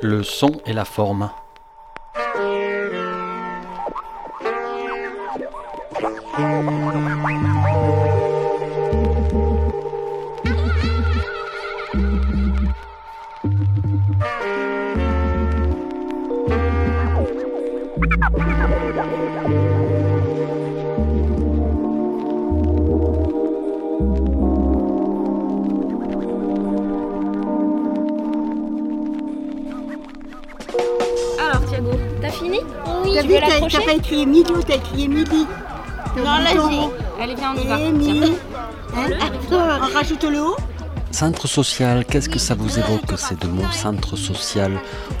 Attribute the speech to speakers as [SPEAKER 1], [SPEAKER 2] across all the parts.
[SPEAKER 1] le son et la forme.
[SPEAKER 2] Alors Thiago, t'as fini
[SPEAKER 3] Euh,
[SPEAKER 4] Oui,
[SPEAKER 2] T'as
[SPEAKER 4] t'as
[SPEAKER 2] vu,
[SPEAKER 4] vu,
[SPEAKER 2] t'as-
[SPEAKER 4] t'as
[SPEAKER 2] t'as
[SPEAKER 4] pas écrit midi ou t'as écrit midi
[SPEAKER 2] Non, là j'ai. Allez, viens, on y va.
[SPEAKER 4] Eh,
[SPEAKER 2] Tiens.
[SPEAKER 4] Hein, On rajoute le haut
[SPEAKER 5] Centre social, qu'est-ce que ça vous évoque ces deux mots, centre social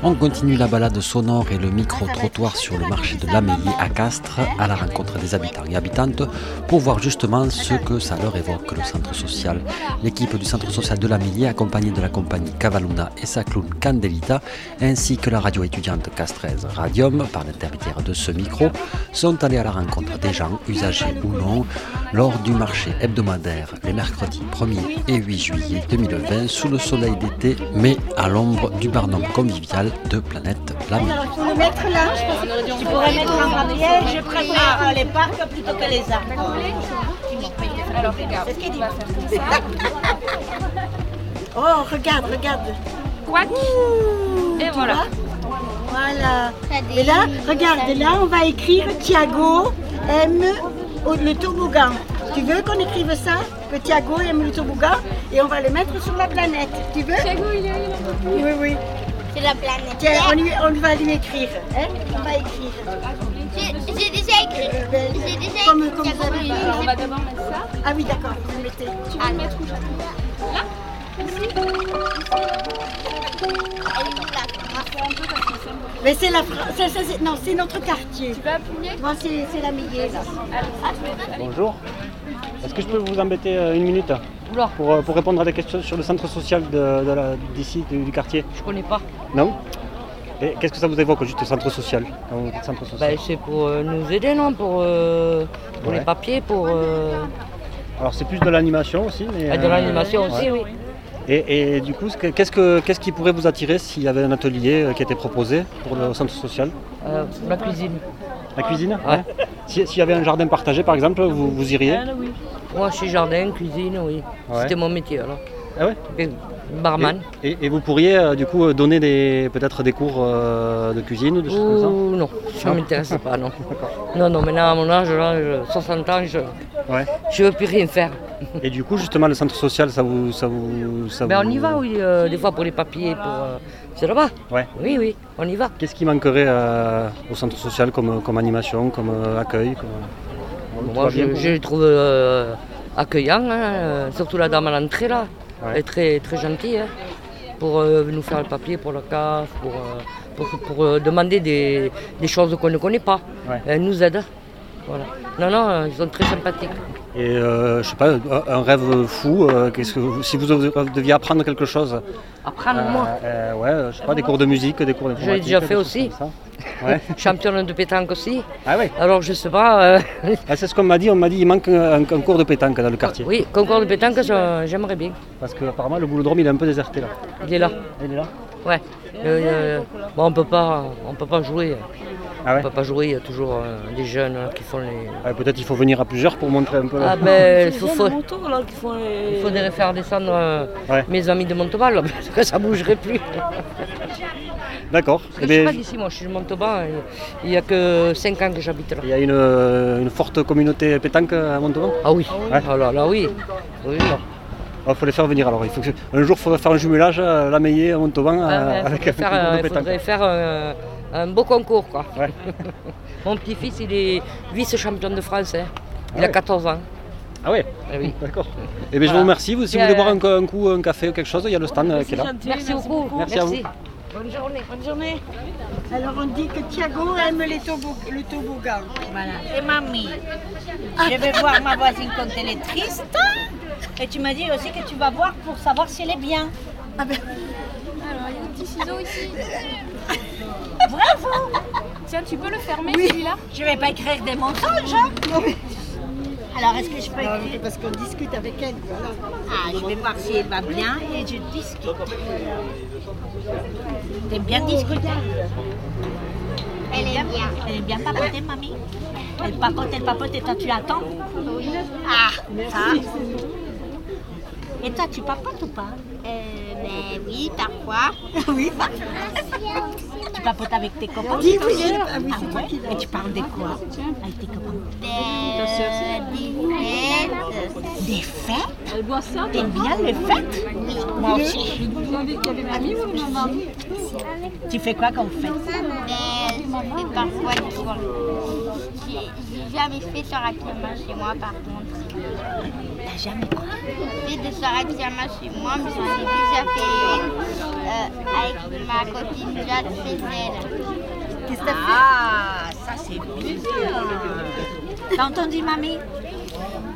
[SPEAKER 5] On continue la balade sonore et le micro-trottoir sur le marché de l'Amélie à Castres à la rencontre des habitants et habitantes pour voir justement ce que ça leur évoque le centre social. L'équipe du centre social de l'Amélie accompagnée de la compagnie Cavaluna et sa clown Candelita ainsi que la radio étudiante castraise Radium par l'intermédiaire de ce micro sont allés à la rencontre des gens, usagers ou non, lors du marché hebdomadaire les mercredis 1er et 8 juillet 2020 sous le soleil d'été, mais à l'ombre du barnum convivial de Planète Lamy.
[SPEAKER 4] Alors il faut le mettre là. Tu pourrais mettre un papier. Je préfère
[SPEAKER 3] Ah,
[SPEAKER 4] euh, les parcs plutôt que les arbres.
[SPEAKER 2] Alors regarde, on va faire comme ça.
[SPEAKER 4] Oh, regarde, regarde.
[SPEAKER 2] Couac. Et voilà.
[SPEAKER 4] Voilà. Et là, regarde, là, on va écrire Thiago aime au- le toboggan. Tu veux qu'on écrive ça Que Thiago aime le toboggan et on va le mettre sur la planète. Tu veux Thiago, il est Oui, oui.
[SPEAKER 6] C'est la planète.
[SPEAKER 4] Tiens, on, lui- on va lui écrire. hein on va écrire.
[SPEAKER 6] J'ai j'ai déjà écrit.
[SPEAKER 4] Euh, ben,
[SPEAKER 6] J'ai déjà écrit.
[SPEAKER 4] comme, comme vous avez
[SPEAKER 2] Alors on va d'abord mettre ça.
[SPEAKER 4] Ah oui, d'accord, vous le mettez.
[SPEAKER 2] Tu veux le mettre où Jacques
[SPEAKER 6] Elle est où là
[SPEAKER 4] Mais c'est la Fra- ça- ça, c'est- non, c'est notre quartier.
[SPEAKER 2] Tu peux appuyer
[SPEAKER 4] Moi, c'est c'est la Millet, là.
[SPEAKER 7] Bonjour. Est-ce que je peux vous embêter euh, une minute pour, euh, pour répondre à des questions sur le centre social de- de la- d'ici, du, du quartier
[SPEAKER 8] Je connais pas.
[SPEAKER 7] Non Et qu'est-ce que ça vous évoque, juste centre social quand vous dites centre
[SPEAKER 8] Bah,
[SPEAKER 7] social
[SPEAKER 8] c'est pour euh, nous aider, non Pour, euh, pour
[SPEAKER 7] Ouais.
[SPEAKER 8] les papiers, pour euh,
[SPEAKER 7] Alors c'est plus de l'animation aussi, mais...
[SPEAKER 8] et Ah, de
[SPEAKER 7] euh,
[SPEAKER 8] l'animation
[SPEAKER 7] ouais.
[SPEAKER 8] aussi, oui.
[SPEAKER 7] Et, et du coup, ce que- qu'est-ce que- qu'est-ce qui pourrait vous attirer s'il y avait un atelier euh, qui était proposé pour le centre social
[SPEAKER 8] Euh, la cuisine.
[SPEAKER 7] La cuisine
[SPEAKER 8] Ah. Ouais.
[SPEAKER 7] ouais. Si- S'il y avait un jardin partagé, par exemple, vous, vous iriez
[SPEAKER 8] Moi, je suis jardin, cuisine, oui.
[SPEAKER 7] Ouais.
[SPEAKER 8] C'était mon métier, alors.
[SPEAKER 7] Ah ouais
[SPEAKER 8] Et Barman.
[SPEAKER 7] et, et vous pourriez euh, du coup euh, donner des- peut-être des cours euh, de cuisine ou des choses comme ça
[SPEAKER 8] Ouh, non, ça ne m'intéresse pas, non. Non, non, maintenant, à mon âge, là, je- 60 ans, je
[SPEAKER 7] Ouais.
[SPEAKER 8] ne veux plus rien faire.
[SPEAKER 7] Et du coup, justement, le centre social, ça vous. Ça vous, ça
[SPEAKER 8] Ben,
[SPEAKER 7] vous-
[SPEAKER 8] on y va, oui, euh, des fois pour les papiers, pour... euh, c'est là-bas
[SPEAKER 7] Ouais.
[SPEAKER 8] Oui, oui, on y va.
[SPEAKER 7] Qu'est-ce qui manquerait euh, au centre social comme, comme animation, comme euh, accueil comme... euh, Tout
[SPEAKER 8] Moi,
[SPEAKER 7] va bien
[SPEAKER 8] je,
[SPEAKER 7] pour
[SPEAKER 8] je
[SPEAKER 7] vous
[SPEAKER 8] les trouve euh, accueillants, hein, euh, surtout la dame à l'entrée là.
[SPEAKER 7] Ouais.
[SPEAKER 8] Elle est très, très gentille hein, pour euh, nous faire le papier pour la CAF, pour, euh, pour, pour, euh, demander des, des choses qu'on ne connaît pas.
[SPEAKER 7] Ouais.
[SPEAKER 8] Elle nous aide. Voilà. Non, non, euh, ils sont très sympathiques.
[SPEAKER 7] Et euh, je sais pas, un- un rêve fou, euh, qu'est-ce que vous- si vous deviez apprendre quelque chose
[SPEAKER 8] Apprendre,
[SPEAKER 7] euh,
[SPEAKER 8] moi,
[SPEAKER 7] euh, Ouais, je sais pas, des cours de musique, des cours d'informatique.
[SPEAKER 8] déjà
[SPEAKER 7] des
[SPEAKER 8] fait
[SPEAKER 7] choses
[SPEAKER 8] aussi.
[SPEAKER 7] comme ça. Ouais.
[SPEAKER 8] championne de pétanque aussi.
[SPEAKER 7] Ah ouais,
[SPEAKER 8] Alors, je sais pas. euh,
[SPEAKER 7] Ah, c'est ce qu'on m'a dit, on m'a dit il manque un, un cours de pétanque dans le quartier.
[SPEAKER 8] oui, concours de pétanque, je- j'aimerais bien.
[SPEAKER 7] Parce que apparemment le boulodrome il est un peu déserté là.
[SPEAKER 8] Il est là.
[SPEAKER 7] Il est là
[SPEAKER 8] Ouais. Euh, euh, bon, on peut pas, on peut pas jouer.
[SPEAKER 7] Ah ouais,
[SPEAKER 8] On peut pas jouer. Il y a toujours euh, des jeunes euh, qui font les,
[SPEAKER 7] Ouais, Ah, Peut-être il faut venir à plusieurs pour montrer un peu.
[SPEAKER 8] Ah
[SPEAKER 7] la-
[SPEAKER 8] ben, il faut, faut- euh, il faudrait faire descendre euh,
[SPEAKER 7] Ouais.
[SPEAKER 8] mes amis de Montauban, parce que ça bougerait plus.
[SPEAKER 7] D'accord.
[SPEAKER 8] Parce que
[SPEAKER 7] Eh
[SPEAKER 8] je suis
[SPEAKER 7] ben,
[SPEAKER 8] pas d'ici, moi, je suis de Montauban, et il n'y a que 5 ans que j'habite là.
[SPEAKER 7] Il y a une, euh, une forte communauté pétanque à Montauban
[SPEAKER 8] Ah oui,
[SPEAKER 7] Ouais.
[SPEAKER 8] ah là là, oui. Oui.
[SPEAKER 7] Il faut les faire venir alors. Il faut que- Un jour, il faudra faire un jumelage à la Meillet, à Montauban
[SPEAKER 8] Ah,
[SPEAKER 7] euh,
[SPEAKER 8] ben,
[SPEAKER 7] avec
[SPEAKER 8] faudrait
[SPEAKER 7] un
[SPEAKER 8] faire,
[SPEAKER 7] concours
[SPEAKER 8] euh,
[SPEAKER 7] de
[SPEAKER 8] il
[SPEAKER 7] pétanque.
[SPEAKER 8] faudrait faire euh, un beau concours, quoi.
[SPEAKER 7] Ouais.
[SPEAKER 8] Mon petit-fils, il est vice-champion de France, hein. il
[SPEAKER 7] Ah
[SPEAKER 8] a
[SPEAKER 7] ouais.
[SPEAKER 8] 14 ans.
[SPEAKER 7] Ah ouais,
[SPEAKER 8] Eh oui. euh,
[SPEAKER 7] d'accord. Eh bien, je vous remercie. Vous, si vous
[SPEAKER 8] Bien.
[SPEAKER 7] voulez boire un, co- un coup, un café ou quelque chose, il y a le
[SPEAKER 8] Oh,
[SPEAKER 7] stand euh, qui est là.
[SPEAKER 8] Merci, beaucoup.
[SPEAKER 7] Merci à vous.
[SPEAKER 8] Bonne journée.
[SPEAKER 4] Bonne journée. Alors on dit que Thiago aime les tobo- le toboggan. Ah.
[SPEAKER 3] Et mamie, je vais voir ma voisine quand elle est triste. Et tu m'as dit aussi que tu vas voir pour savoir si elle est bien.
[SPEAKER 2] Tiens, tu peux le fermer
[SPEAKER 3] Oui.
[SPEAKER 2] celui-là
[SPEAKER 3] Je vais pas écrire des mensonges. hein. Alors, est-ce que je peux
[SPEAKER 4] Alors,
[SPEAKER 3] écrire
[SPEAKER 4] Parce qu'on discute avec elle, voilà.
[SPEAKER 3] Ah, je vais voir si elle va bien et je discute. T'aimes bien discuter
[SPEAKER 6] Elle est bien.
[SPEAKER 3] Elle aime bien papoter, mamie Elle papote, elle papote et toi tu attends Ah, ça. Et toi tu papotes ou pas
[SPEAKER 6] Euh, ben oui, parfois.
[SPEAKER 4] Oui, bah,
[SPEAKER 3] Tu papotes avec tes copains
[SPEAKER 4] dis oui, elle- ah oui,
[SPEAKER 3] Ah
[SPEAKER 4] c'est toi
[SPEAKER 3] ouais
[SPEAKER 4] qui l'as.
[SPEAKER 3] Et tu parles de quoi Ah, avec tes copains
[SPEAKER 6] Ben, des fêtes.
[SPEAKER 3] euh, Des fêtes T'aimes bien les fêtes Moi aussi. Tu fais quoi comme fête
[SPEAKER 6] Ben, je fais parfois du tour. J'ai j'ai jamais fait soirée pyjama chez moi, par contre.
[SPEAKER 3] T'as jamais quoi
[SPEAKER 6] J'ai fait des soirées pyjama chez moi, mais j'en ai déjà fait une euh, avec ma copine Jade Fezel.
[SPEAKER 4] Qu'est-ce que t'as fait
[SPEAKER 3] Ah, ça c'est bien. T'as entendu mamie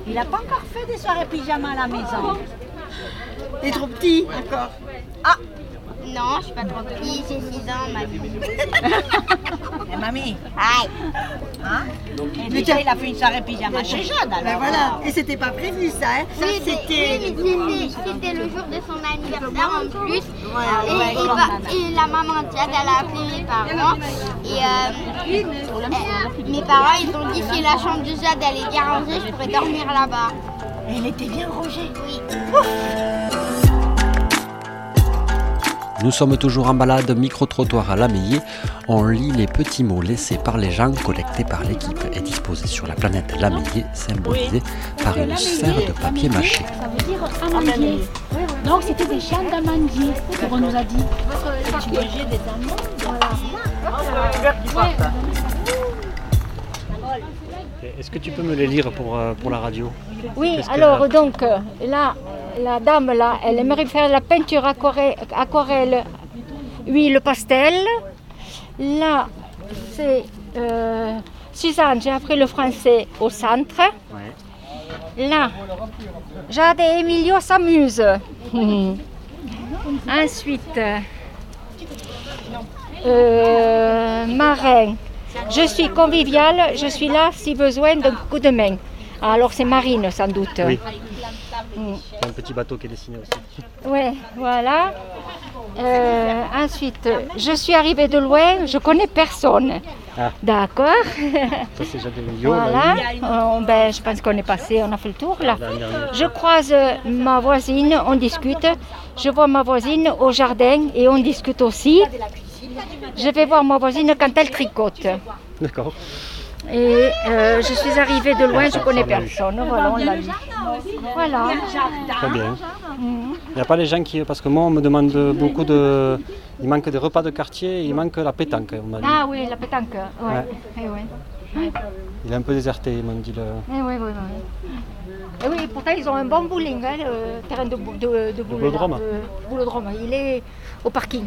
[SPEAKER 3] Il n'a pas encore fait des soirées pyjama à la maison.
[SPEAKER 4] Il est trop petit, encore.
[SPEAKER 6] Ah Non, je suis pas trop petite, j'ai 6 ans, ma vie.
[SPEAKER 3] Mais mamie,
[SPEAKER 6] Aïe
[SPEAKER 3] hein Et déjà il a fait une soirée pyjama chez Jeanne alors.
[SPEAKER 4] Ben voilà, et c'était pas prévu ça, hein Ça,
[SPEAKER 6] Oui, mais-
[SPEAKER 4] c'était...
[SPEAKER 6] oui, mais c'était- c'était le jour de son anniversaire en plus.
[SPEAKER 3] Ah,
[SPEAKER 6] et,
[SPEAKER 3] ouais,
[SPEAKER 6] et
[SPEAKER 3] grande
[SPEAKER 6] bah-
[SPEAKER 3] nana.
[SPEAKER 6] et la maman de Jade, elle a appelé mes parents. Et euh, euh, mes parents, ils ont dit si la chambre de Jade, elle est garangée, je pourrais dormir là-bas.
[SPEAKER 3] Et elle était bien rangée.
[SPEAKER 5] Nous sommes toujours en balade micro-trottoir à Lameillé. On lit les petits mots laissés par les gens collectés par l'équipe et disposés sur la planète Lameillé, symbolisée par une sphère de papier mâché.
[SPEAKER 1] Ça veut dire amandier. Donc c'était des chiens d'amandier, c'est ce qu'on nous a dit.
[SPEAKER 7] Est-ce que tu peux me les lire pour, euh, pour la radio
[SPEAKER 1] Oui,
[SPEAKER 7] Qu'est-ce que-
[SPEAKER 1] alors donc euh, là, la dame là, elle aimerait faire la peinture aquarelle, aquarelle huile pastel. Là, c'est euh, Suzanne, j'ai appris le français au centre. Là, Jade et Emilio s'amusent. Hmm. Ensuite, euh, Marin, je suis conviviale, je suis là si besoin d'un coup de main. Ah, Alors c'est Marine sans doute. Mm.
[SPEAKER 7] Oui. C'est un petit bateau qui est dessiné aussi.
[SPEAKER 1] Ouais, voilà. Euh, ensuite, je suis arrivée de loin, je connais personne.
[SPEAKER 7] Ah.
[SPEAKER 1] D'accord.
[SPEAKER 8] Então,
[SPEAKER 7] Ça, c'est Jade Emilio,
[SPEAKER 1] voilà. Euh, ben, je pense qu'on est passé, on a fait le tour là.
[SPEAKER 7] la dernière.
[SPEAKER 1] Je croise euh, ma voisine, on discute. Je vois ma voisine au jardin et on discute aussi. Je vais voir ma voisine quand elle tricote.
[SPEAKER 7] D'accord.
[SPEAKER 1] Et euh, je suis arrivée de loin, je connais
[SPEAKER 7] Personne l'a vu.
[SPEAKER 1] personne. Voilà, on l'a lu. Voilà.
[SPEAKER 7] Très bien.
[SPEAKER 1] Mhm.
[SPEAKER 7] Il n'y a pas les gens qui. Parce que moi, on me demande beaucoup de. Il manque des repas de quartier, il manque la pétanque, on m'a dit.
[SPEAKER 1] Ah oui, la pétanque. Ouais.
[SPEAKER 7] Ouais.
[SPEAKER 1] Eh ouais.
[SPEAKER 7] Il est un peu déserté, ils m'ont dit. Le...
[SPEAKER 1] Eh oui, oui, oui. Eh oui, pourtant ils ont un bon bowling, hein, le terrain de, bou- de, de boule-
[SPEAKER 7] boulodrome.
[SPEAKER 1] de boulodrome. Il est au parking.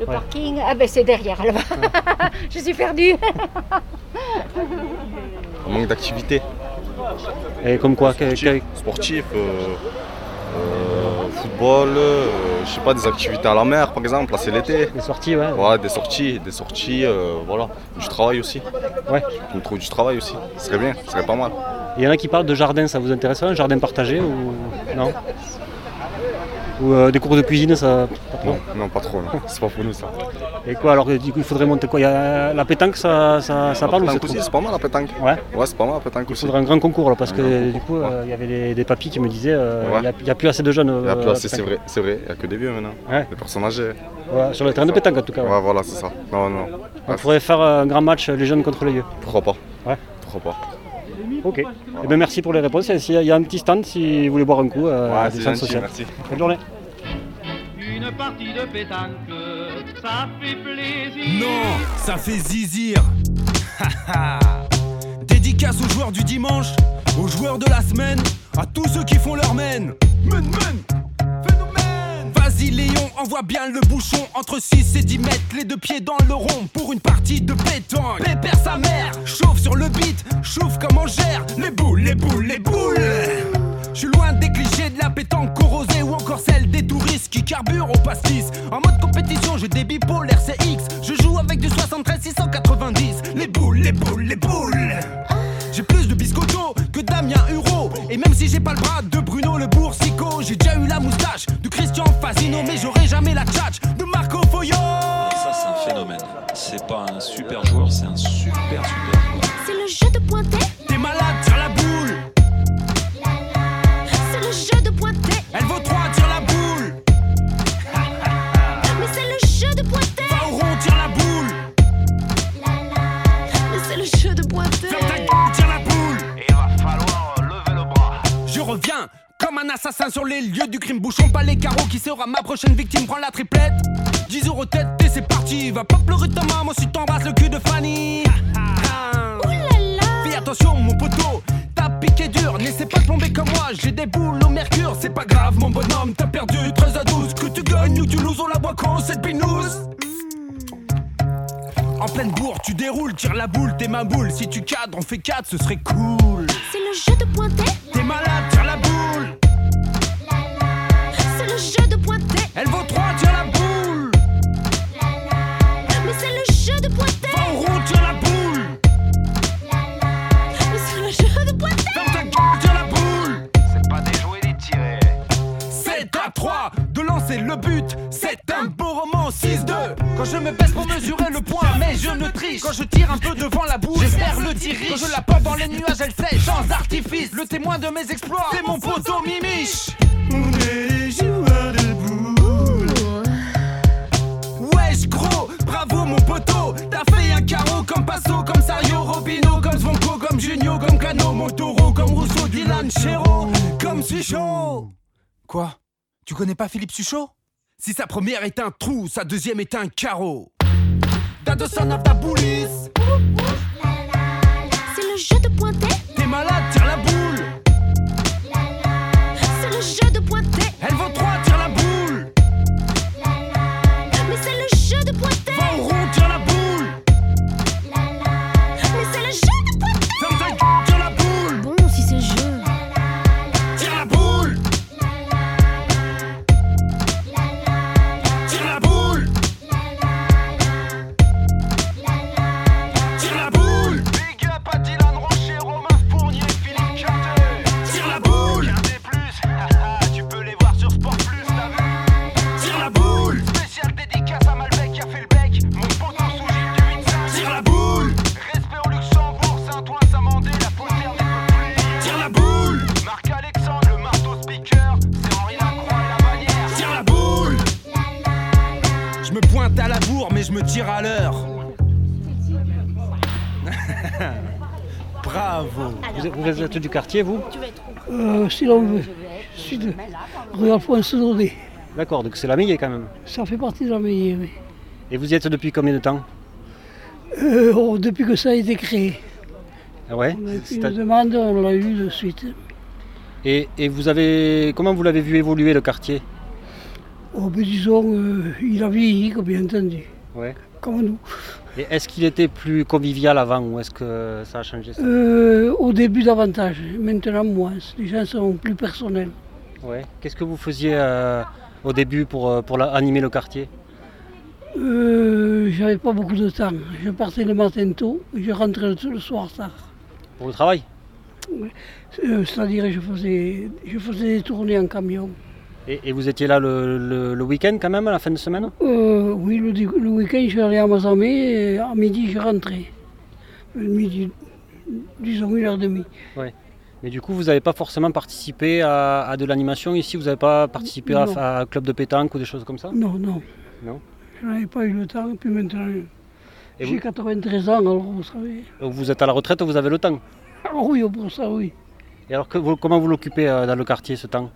[SPEAKER 1] Le
[SPEAKER 7] Ouais.
[SPEAKER 1] parking, ah ben c'est derrière là-bas. Je suis perdue.
[SPEAKER 9] On manque d'activité
[SPEAKER 7] Et comme quoi, que- que-
[SPEAKER 9] sportive, euh, euh, football, euh, je sais pas, des activités à la mer par exemple, là c'est l'été.
[SPEAKER 7] les sorties, ouais.
[SPEAKER 9] Voilà, des sorties, des sorties, euh, voilà, du travail aussi.
[SPEAKER 7] Ouais.
[SPEAKER 9] On trouve du travail aussi, ce serait bien, ce serait pas mal.
[SPEAKER 7] Il y en a qui parlent de jardin, ça vous intéresse un jardin partagé ou. Non Ou euh, des cours de cuisine, ça. pas trop.
[SPEAKER 9] Non, non, pas trop, non. c'est pas pour nous ça.
[SPEAKER 7] Et quoi, alors du coup, il faudrait monter quoi Il y a La pétanque, ça, ça, ça
[SPEAKER 9] La
[SPEAKER 7] parle ou c'est
[SPEAKER 9] pétanque
[SPEAKER 7] trop
[SPEAKER 9] aussi, c'est pas mal la pétanque.
[SPEAKER 7] Ouais.
[SPEAKER 9] Ouais, c'est pas mal la pétanque
[SPEAKER 7] Il
[SPEAKER 9] aussi.
[SPEAKER 7] faudrait un grand concours là, parce
[SPEAKER 9] Un
[SPEAKER 7] que
[SPEAKER 9] grand
[SPEAKER 7] du
[SPEAKER 9] concours,
[SPEAKER 7] coup, euh, il y avait des, des papis qui me disaient euh,
[SPEAKER 9] Ouais.
[SPEAKER 7] il n'y a, plus assez de jeunes.
[SPEAKER 9] Il y a
[SPEAKER 7] euh,
[SPEAKER 9] plus assez,
[SPEAKER 7] pétanque.
[SPEAKER 9] c'est vrai, c'est vrai, il y a que des vieux maintenant.
[SPEAKER 7] Ouais.
[SPEAKER 9] Les personnes âgées.
[SPEAKER 7] Ouais, sur le terrain de pétanque en tout cas. ouais.
[SPEAKER 9] Ouais, voilà, c'est ça. Non, non.
[SPEAKER 7] On
[SPEAKER 9] Ouais,
[SPEAKER 7] pourrait faire euh, un grand match euh, les jeunes contre les vieux.
[SPEAKER 9] Pourquoi pas
[SPEAKER 7] Ouais.
[SPEAKER 9] Pourquoi pas
[SPEAKER 7] Ok. Eh ben, merci pour les réponses. Et s'il y a- Il y a un petit stand si vous voulez boire un coup. euh,
[SPEAKER 9] Ouais,
[SPEAKER 7] des
[SPEAKER 9] c'est
[SPEAKER 7] centres
[SPEAKER 9] gentil,
[SPEAKER 7] sociaux.
[SPEAKER 9] merci.
[SPEAKER 7] Bonne journée.
[SPEAKER 10] Une partie de pétanque, ça fait plaisir.
[SPEAKER 11] Non, ça fait zizir. Ha, ha. Dédicace aux joueurs du dimanche, aux joueurs de la semaine, à tous ceux qui font leur mène. Men, men, phénomène. Vas-y Léon, envoie bien le bouchon entre 6 et 10 mètres, les deux pieds dans le rond pour une partie de pétanque. Pépère sa mère, chauffe sur le beat, chauffe comme on gère les boules, les boules, les boules. Je suis loin des clichés de la pétanque corrosée ou encore celle des touristes qui carburent au pastis. En mode compétition, j'ai des bipolaires CX. Je joue avec du 73 690. Les boules, les boules, les boules. J'ai plus de biscotto que Damien Huro
[SPEAKER 12] super joueur, c'est un super super joueur.
[SPEAKER 13] C'est le jeu de pointer.
[SPEAKER 11] T'es malade, tire la boule.
[SPEAKER 13] C'est le jeu de pointer.
[SPEAKER 11] Elle vaut 3, tire la boule.
[SPEAKER 13] Mais c'est le jeu de pointer.
[SPEAKER 11] Va au rond, tire la boule.
[SPEAKER 13] Mais c'est le jeu de pointer.
[SPEAKER 11] Ferme ta gueule, tire la boule. Et il va falloir lever le bras. Je reviens. Comme un assassin sur les lieux du crime, bouchons pas les carreaux qui sera ma prochaine victime, prends la triplette 10 euros tête et c'est parti, va pas pleurer ta maman si t'embrasses le cul de Fanny Fais attention mon poteau, t'as piqué dur, n'essaie pas de plomber comme moi, j'ai des boules au mercure, c'est pas grave mon bonhomme, t'as perdu 13 à 12, que tu gagnes ou tu loses, on la boit quand cette binouse En pleine bourre, tu déroules, tire la boule, t'es ma boule, si tu cadres on fait 4, ce serait cool
[SPEAKER 13] C'est le jeu de pointer.
[SPEAKER 11] T'es malade, tire la boule,
[SPEAKER 13] C'est le jeu de pointer.
[SPEAKER 11] elle vaut 3, tire la boule,
[SPEAKER 13] Mais c'est le jeu de pointer.
[SPEAKER 11] va au rond, tire la boule
[SPEAKER 13] Mais c'est le jeu de pointer.
[SPEAKER 11] Ferme ta gueule, tire la boule C'est pas déjouer ni tirer 7 à 3, de lancer le but C'est un beau roman, 6-2 Quand je me baisse pour mesurer le point Mais je ne triche Quand je tire un peu devant la boule J'espère le tirer Quand je la porte dans les nuages, elle sèche Sans artifice, le témoin de mes exploits C'est mon poteau Mimiche On est les joueurs de Wesh gros, bravo mon poteau T'as fait un carreau comme Passo, comme Sario, Robino Comme Zvonko, comme Junio, comme Cano Mon taureau, comme Rousseau, Dylan, Chéro Comme Suchot Quoi Tu connais pas Philippe Suchot Si sa première est un trou, sa deuxième est un carreau T'as deux son of the police
[SPEAKER 13] C'est le jeu de pointer.
[SPEAKER 11] T'es malade, tire la boule
[SPEAKER 13] C'est le jeu de pointer.
[SPEAKER 11] Elle vaut 3, tire la boule
[SPEAKER 13] Mais c'est le jeu de pointer.
[SPEAKER 11] Va au rond, tire la boule
[SPEAKER 13] Mais c'est le jeu de pointer.
[SPEAKER 11] Ferme ta gueule, tire la boule
[SPEAKER 13] Bon, si c'est le jeu.
[SPEAKER 11] Tire la boule Tire la boule Tire la boule Big up à Dylan Rocher, Romain Fournier, Philippe Carter Tire la boule Regardez plus, tu peux les voir sur Sport Plus, t'as vu Tire la boule Spécial dédicace à Malbec qui a fait le bec Mon pote en sous du 8 Tire la boule Respect au Luxembourg, Saint-Ouen, Saint-Mandé, la poterne des peuples Tire la boule Marc-Alexandre, le marteau speaker C'est Henri Lacroix et la manière Tire la boule je me pointe à la bourre, mais je me tire à l'heure. Bravo.
[SPEAKER 7] Vous êtes- Vous êtes du quartier, vous
[SPEAKER 14] Euh, si l'on veut. Je suis de rue Alphonse Daudet.
[SPEAKER 7] D'accord, donc c'est la meilleure quand même.
[SPEAKER 14] Ça fait partie de la meilleure. oui.
[SPEAKER 7] Et vous y êtes depuis combien de temps
[SPEAKER 14] Euh, oh, depuis que ça a été créé,
[SPEAKER 7] Ah Ouais.
[SPEAKER 14] on a fait
[SPEAKER 7] C'est-
[SPEAKER 14] une demande, on l'a eu de suite.
[SPEAKER 7] Et, et vous avez, comment vous l'avez vu évoluer le quartier
[SPEAKER 14] Oh, mais disons, euh, il a vieilli, comme bien entendu,
[SPEAKER 7] Ouais.
[SPEAKER 14] comme nous.
[SPEAKER 7] Et est-ce qu'il était plus convivial avant ou est-ce que ça a changé ça
[SPEAKER 14] Euh, au début davantage, maintenant moins. Les gens sont plus personnels.
[SPEAKER 7] Ouais. Qu'est-ce que vous faisiez euh, au début pour, euh, pour la- animer le quartier
[SPEAKER 14] Euh, J'avais pas beaucoup de temps. Je partais le matin tôt, et je rentrais le- le soir tard.
[SPEAKER 7] Pour le travail
[SPEAKER 14] Euh, C'est-à-dire, je faisais, je faisais des tournées en camion.
[SPEAKER 7] et, et vous étiez là le, le- le week-end quand même, à la fin de semaine
[SPEAKER 14] Euh, oui, le, di- le week-end, je suis allé à Mazamé et à midi, je rentrais. Le Midi, disons une heure et demie.
[SPEAKER 7] Ouais. Mais du coup, vous n'avez pas forcément participé à, à de l'animation ici Vous n'avez pas participé
[SPEAKER 14] Non.
[SPEAKER 7] à, à club de pétanque ou des choses comme ça
[SPEAKER 14] Non, non,
[SPEAKER 7] Non.
[SPEAKER 14] je n'avais pas eu le temps. Puis maintenant,
[SPEAKER 7] Et
[SPEAKER 14] j'ai
[SPEAKER 7] vous-
[SPEAKER 14] 93 ans, alors vous savez.
[SPEAKER 7] Donc vous êtes à la retraite, vous avez le temps.
[SPEAKER 14] Ah oui, oh, pour ça, oui.
[SPEAKER 7] Et alors, que vous- comment vous l'occupez euh, dans le quartier ce temps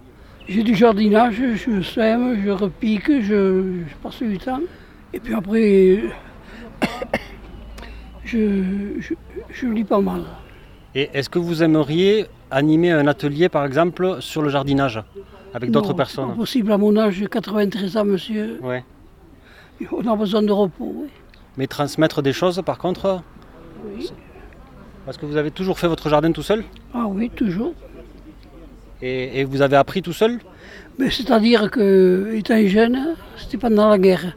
[SPEAKER 14] J'ai du jardinage, je sème, je repique, je, je passe du temps. Et puis après, je- je- je lis pas mal.
[SPEAKER 7] Et est-ce que vous aimeriez animer un atelier, par exemple, sur le jardinage avec d'autres
[SPEAKER 14] Non, C'est
[SPEAKER 7] personnes
[SPEAKER 14] pas possible à mon âge, j'ai 93 ans, monsieur.
[SPEAKER 7] Ouais.
[SPEAKER 14] On a besoin de repos. oui.
[SPEAKER 7] Mais transmettre des choses, par contre
[SPEAKER 14] Oui.
[SPEAKER 7] Parce que vous avez toujours fait votre jardin tout seul
[SPEAKER 14] Ah oui, toujours.
[SPEAKER 7] et, et vous avez appris tout seul
[SPEAKER 14] Mais c'est-à-dire que, étant jeune, c'était pendant la guerre.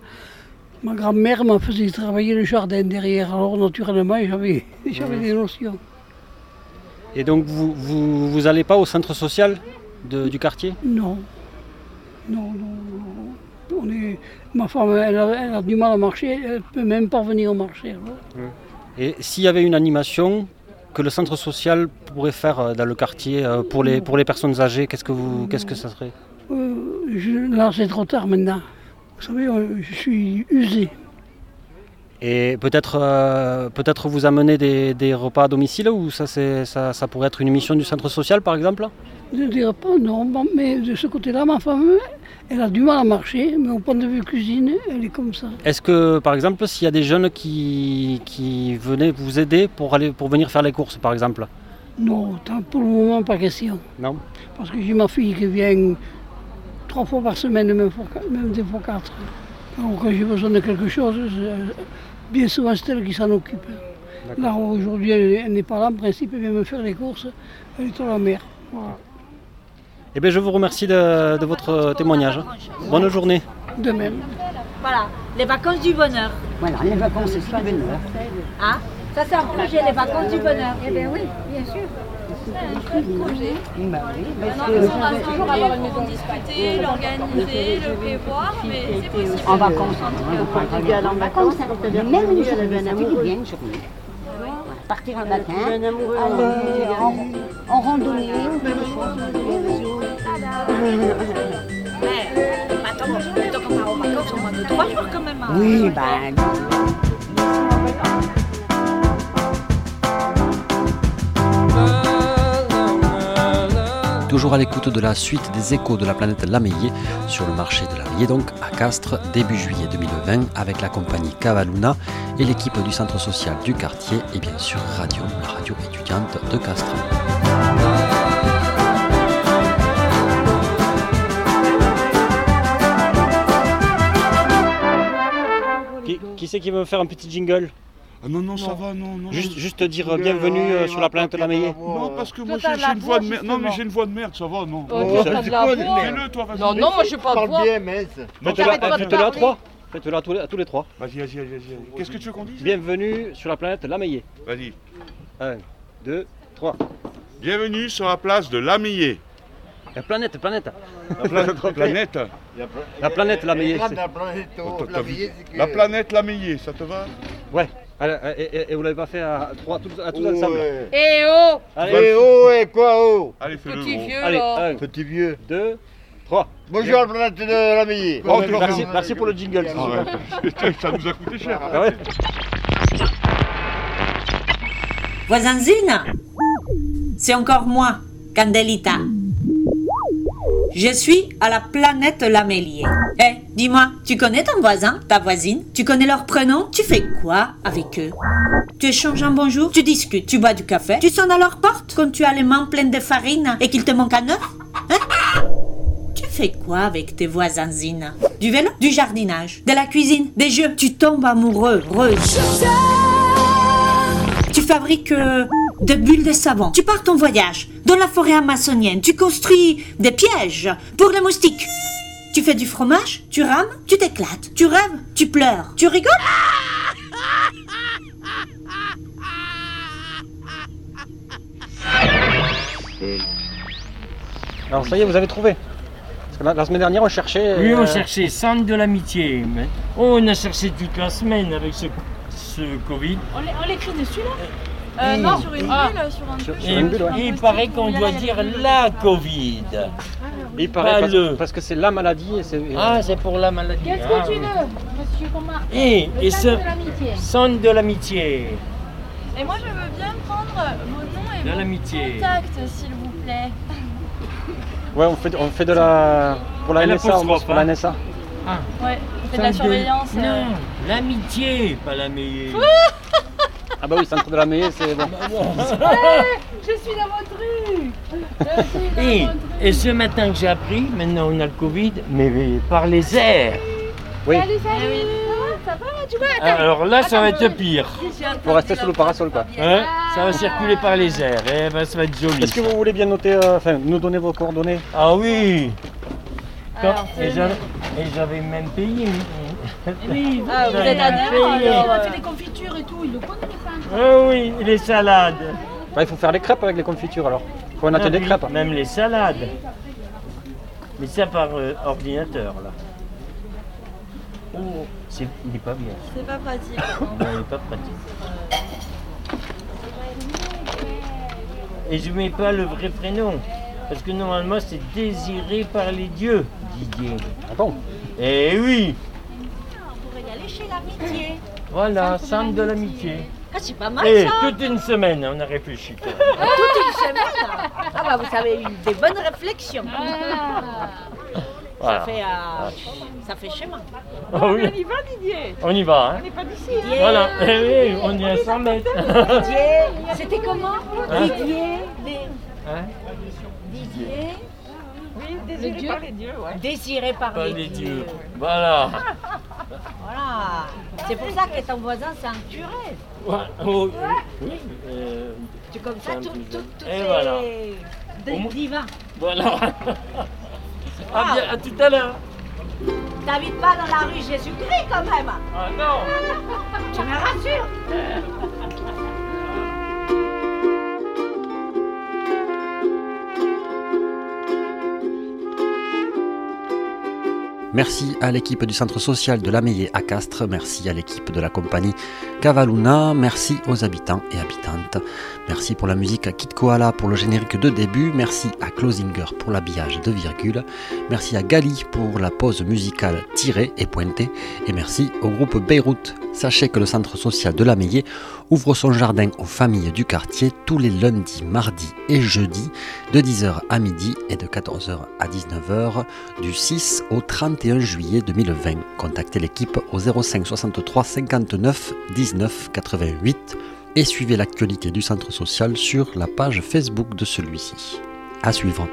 [SPEAKER 14] Ma grand-mère m'a faisait travailler le jardin derrière, alors naturellement j'avais j'avais
[SPEAKER 7] Mhm.
[SPEAKER 14] des notions.
[SPEAKER 7] Et donc, vous vous, vous allez pas au centre social de- du quartier
[SPEAKER 14] Non. Non, non, non. on est- ma femme, elle a, elle a du mal à marcher, elle peut même pas venir au marché. alors.
[SPEAKER 7] Et s'il y avait une animation que le centre social pourrait faire euh, dans le quartier euh, pour les, pour les personnes âgées, qu'est-ce que, vous, qu'est-ce que ça serait
[SPEAKER 14] Euh, je- là, c'est trop tard maintenant. Vous savez, euh, je suis usé.
[SPEAKER 7] Et peut-être, euh, peut-être vous amener des, des repas à domicile ou ça, c'est, ça, ça pourrait être une mission du centre social par exemple
[SPEAKER 14] Je dirais pas oh, non, bon, mais de ce côté-là, ma femme, elle a du mal à marcher, mais au point de vue cuisine, elle est comme ça.
[SPEAKER 7] Est-ce que par exemple s'il y a des jeunes qui, qui venaient vous aider pour, aller, pour venir faire les courses par exemple
[SPEAKER 14] Non, tant pour le moment, pas question.
[SPEAKER 7] Non
[SPEAKER 14] Parce que j'ai ma fille qui vient trois fois par semaine, même, fois- même des fois quatre. Donc quand j'ai besoin de quelque chose, je- bien souvent c'est elle qui s'en occupe.
[SPEAKER 7] D'accord.
[SPEAKER 14] Là aujourd'hui elle, elle n'est pas là, en principe elle vient me faire les courses, elle est à la mer. Voilà.
[SPEAKER 7] Eh bien je vous remercie de, de votre témoignage. Bonne journée.
[SPEAKER 14] De même.
[SPEAKER 1] Voilà, les vacances du bonheur.
[SPEAKER 15] Voilà, les vacances, c'est pas bonheur.
[SPEAKER 1] Hein Ça, c'est un projet, les vacances du bonheur.
[SPEAKER 4] Eh
[SPEAKER 15] ben
[SPEAKER 4] bien oui, bien sûr. C'est un projet.
[SPEAKER 15] Bah oui,
[SPEAKER 4] Maintenant,
[SPEAKER 15] parce
[SPEAKER 4] on va
[SPEAKER 15] que-
[SPEAKER 4] toujours avoir une maison discuter, l'organiser, le prévoir, mais c'est
[SPEAKER 1] euh,
[SPEAKER 4] possible.
[SPEAKER 15] En vacances,
[SPEAKER 4] tout
[SPEAKER 15] on
[SPEAKER 4] cas.
[SPEAKER 15] va en vacances, mais même une journée, c'est bien une journée. Partir un matin, aller
[SPEAKER 1] hein.
[SPEAKER 15] en, en randonnée,
[SPEAKER 1] Eh,
[SPEAKER 15] ou quelque chose. Oui, oui.
[SPEAKER 1] Attends, plutôt qu'on part en vacances, on va de trois jours quand même. hein.
[SPEAKER 15] Oui, ben.
[SPEAKER 5] Toujours à l'écoute de la suite des échos de la planète Lameillé sur le marché de Lameillé, donc à Castres, début juillet 2020, avec la compagnie Cavaluna et l'équipe du centre social du quartier et bien sûr Radio, la radio étudiante de Castres.
[SPEAKER 7] Qui, qui c'est qui veut faire un petit jingle
[SPEAKER 11] Ah non, non, ça va, non, non.
[SPEAKER 7] Juste,
[SPEAKER 11] non.
[SPEAKER 7] juste dire euh,
[SPEAKER 11] Jingle,
[SPEAKER 7] bienvenue euh,
[SPEAKER 11] ouais,
[SPEAKER 7] sur la planète Lameillé.
[SPEAKER 11] Non, parce que moi
[SPEAKER 8] Toi, t'as
[SPEAKER 11] j'ai j'ai
[SPEAKER 8] la
[SPEAKER 11] une voix de
[SPEAKER 8] voix,
[SPEAKER 11] merde. Non, mais
[SPEAKER 8] justement.
[SPEAKER 11] j'ai une voix de merde, ça va, non.
[SPEAKER 8] Oh, toi,
[SPEAKER 11] Ça
[SPEAKER 8] t'as
[SPEAKER 11] dit
[SPEAKER 8] de la
[SPEAKER 11] quoi,
[SPEAKER 8] voix.
[SPEAKER 11] Fais-le, toi, vas-y.
[SPEAKER 8] Non, non, moi, j'ai pas de Parle voix. bien, mais-
[SPEAKER 11] Non,
[SPEAKER 7] Faites-le
[SPEAKER 11] t'arrêtes pas de
[SPEAKER 7] à- faites-le à
[SPEAKER 11] parler.
[SPEAKER 7] trois. Faites-le à tous les- à tous les trois.
[SPEAKER 11] Vas-y, vas-y, vas-y, vas-y. Qu'est-ce que tu veux qu'on dise
[SPEAKER 7] Bienvenue sur la planète Lameillé.
[SPEAKER 11] Vas-y.
[SPEAKER 7] 1, 2, 3.
[SPEAKER 11] Bienvenue sur la place de Lamillé.
[SPEAKER 7] La planète, planète.
[SPEAKER 11] La planète. planète.
[SPEAKER 7] La planète Lameillé. c'est-
[SPEAKER 11] Oh, t'as- t'as vu- La planète Lamillé, ça te va
[SPEAKER 7] Ouais. Allez, et, et- et vous l'avez pas fait à trois, tous, à tous ensemble.
[SPEAKER 8] Eh oh
[SPEAKER 11] Eh
[SPEAKER 8] oh, eh quoi oh
[SPEAKER 11] Allez, fais-le,
[SPEAKER 8] Petit
[SPEAKER 11] gros.
[SPEAKER 8] vieux,
[SPEAKER 7] Allez,
[SPEAKER 8] là.
[SPEAKER 7] un, petit vieux. Deux, trois.
[SPEAKER 8] Bonjour, la planète de la Meillée.
[SPEAKER 7] Oh, merci, merci pour le jingle. c'est
[SPEAKER 11] Ah
[SPEAKER 7] super.
[SPEAKER 11] ouais. ça nous a coûté cher. hein.
[SPEAKER 7] Ah ouais.
[SPEAKER 3] Voisinzine, c'est encore moi, Candelita. Je suis à la planète Lamélier. Eh, dis-moi, tu connais ton voisin, ta voisine Tu connais leur prénom Tu fais quoi avec eux Tu échanges un bonjour Tu discutes Tu bois du café Tu sonnes à leur porte quand tu as les mains pleines de farine et qu'il te manque un œuf Hein Tu fais quoi avec tes voisinzines Du vélo Du jardinage De la cuisine Des jeux Tu tombes amoureux, heureuse. Tu fabriques euh, des bulles de savon. Tu pars ton voyage dans la forêt amazonienne. Tu construis des pièges pour les moustiques. Tu fais du fromage, tu rames, tu t'éclates, tu rêves, tu pleures, tu rigoles. Ah
[SPEAKER 7] Ah Alors ça y est, vous avez trouvé. Parce que la, la semaine dernière, on cherchait.
[SPEAKER 16] Oui, on
[SPEAKER 7] euh,
[SPEAKER 16] cherchait centre de l'amitié. Mais on a cherché toute la semaine avec ce, ce Covid.
[SPEAKER 4] On l'é- On l'écrit dessus là
[SPEAKER 16] Oui.
[SPEAKER 4] Non, sur une
[SPEAKER 16] Ah.
[SPEAKER 4] bulle, sur un truc.
[SPEAKER 16] Et, et il paraît qu'on doit dire la Covid.
[SPEAKER 7] Il paraît
[SPEAKER 16] Pas
[SPEAKER 7] parce,
[SPEAKER 16] le.
[SPEAKER 7] parce que c'est la maladie et c'est.
[SPEAKER 16] Ah, c'est pour la maladie.
[SPEAKER 4] Qu'est-ce
[SPEAKER 16] Ah,
[SPEAKER 4] que tu
[SPEAKER 16] oui.
[SPEAKER 4] veux, monsieur Comar
[SPEAKER 16] Eh, Et,
[SPEAKER 4] Le
[SPEAKER 16] et
[SPEAKER 4] sac
[SPEAKER 16] ce
[SPEAKER 4] de l'amitié.
[SPEAKER 16] centre de l'amitié.
[SPEAKER 4] Et moi, je veux bien prendre vos noms et
[SPEAKER 16] De
[SPEAKER 4] vos
[SPEAKER 16] l'amitié.
[SPEAKER 4] contacts, s'il vous plaît.
[SPEAKER 7] Ouais, on fait, on fait de la. Pour la
[SPEAKER 16] Elle
[SPEAKER 7] NSA, on bosse
[SPEAKER 16] apostrophe,
[SPEAKER 7] pour la
[SPEAKER 16] hein.
[SPEAKER 7] NSA.
[SPEAKER 4] Ouais, Ah. on fait de la
[SPEAKER 16] Centre de-
[SPEAKER 4] surveillance. euh,
[SPEAKER 16] Non, l'amitié, pas la meilleure.
[SPEAKER 7] Ah bah oui, centre de la meilleur, c'est bon.
[SPEAKER 4] Ouais, Eh, je suis dans votre rue Je suis dans
[SPEAKER 16] Et,
[SPEAKER 4] votre rue
[SPEAKER 16] et ce matin que j'ai appris, maintenant on a le Covid, mais par les airs. Oui.
[SPEAKER 4] Salut, salut Ça va Tu vois, attends.
[SPEAKER 16] Ah, Alors là, ça va
[SPEAKER 4] Attends,
[SPEAKER 16] être pire.
[SPEAKER 7] Faut rester sous le parasol quoi.
[SPEAKER 16] Hein ça va circuler par les airs. Eh ben, ça va être joli.
[SPEAKER 7] Est-ce que vous voulez bien noter, euh, enfin, nous donner vos coordonnées
[SPEAKER 16] Ah oui Quand-
[SPEAKER 7] Alors, c'est-
[SPEAKER 16] Et j'avais- et j'avais même payé. mais-
[SPEAKER 4] Eh Oui, Ah, vous, vous
[SPEAKER 3] Ah,
[SPEAKER 4] êtes à
[SPEAKER 16] Payé.
[SPEAKER 4] alors euh. On a fait des confitures et tout, il le hein. connaît les
[SPEAKER 16] Ah oui, les salades.
[SPEAKER 7] Bah, il faut faire les crêpes avec les confitures alors. Faut en
[SPEAKER 16] Ah
[SPEAKER 7] acheter des
[SPEAKER 16] oui,
[SPEAKER 7] crêpes.
[SPEAKER 16] Même les salades. Mais ça par euh, ordinateur là. Oh, c'est- il n'est pas bien.
[SPEAKER 2] C'est pas pratique.
[SPEAKER 16] Non, il n'est pas pratique. Et je mets pas le vrai prénom. Parce que normalement, c'est désiré par les dieux, Didier. Ah bon Eh oui
[SPEAKER 3] pourrait y aller chez l'amitié.
[SPEAKER 16] Voilà, centre de l'amitié.
[SPEAKER 3] Ah, c'est pas mal
[SPEAKER 16] Eh,
[SPEAKER 3] ça.
[SPEAKER 16] toute une semaine, on a réfléchi. quand même.
[SPEAKER 3] Ah, Toute une semaine. Ah bah vous avez eu des bonnes réflexions. Ah.
[SPEAKER 16] Voilà.
[SPEAKER 3] Ça fait euh, ça fait chemin.
[SPEAKER 16] Ah oui.
[SPEAKER 3] y va Didier.
[SPEAKER 16] On y va, hein.
[SPEAKER 3] n'est pas d'ici.
[SPEAKER 16] Voilà, eh oui, on est à 100 mètres.
[SPEAKER 3] Didier, c'était comment
[SPEAKER 16] Hein
[SPEAKER 3] Didier, des-
[SPEAKER 16] Hein
[SPEAKER 3] Didier. Ah, Oui,
[SPEAKER 2] désiré par
[SPEAKER 3] les dieux, ouais. Désiré par,
[SPEAKER 16] Pas
[SPEAKER 3] les,
[SPEAKER 16] les
[SPEAKER 3] dieux. Ah.
[SPEAKER 16] dieux. Voilà.
[SPEAKER 3] Voilà. C'est pour ça que ton voisin, c'est un curé.
[SPEAKER 16] Ouais, oh, oui, euh,
[SPEAKER 3] Tu comme ça,
[SPEAKER 16] c'est un
[SPEAKER 3] tout,
[SPEAKER 16] peu-
[SPEAKER 3] tout, tout
[SPEAKER 16] Et
[SPEAKER 3] est
[SPEAKER 16] voilà.
[SPEAKER 3] des divins.
[SPEAKER 16] Voilà. Ah bien, à tout à l'heure.
[SPEAKER 3] T'habites pas dans la rue Jésus-Christ quand même.
[SPEAKER 16] Ah non.
[SPEAKER 3] Tu me rassures.
[SPEAKER 5] Merci à l'équipe du centre social de l'Ameillé à Castres, merci à l'équipe de la compagnie Cavaluna, merci aux habitants et habitantes, merci pour la musique à Kit Koala pour le générique de début, merci à Closinger pour l'habillage de virgule, merci à Gali pour la pause musicale tirée et pointée, et merci au groupe Beyrouth. Sachez que le centre social de l'Ameillé ouvre son jardin aux familles du quartier tous les lundis, mardis et jeudis de 10h à midi et de 14h à 19h du 6 au 31 juillet 2020. Contactez l'équipe au 05 63 59 19 88 et suivez l'actualité du centre social sur la page Facebook de celui-ci. À suivre.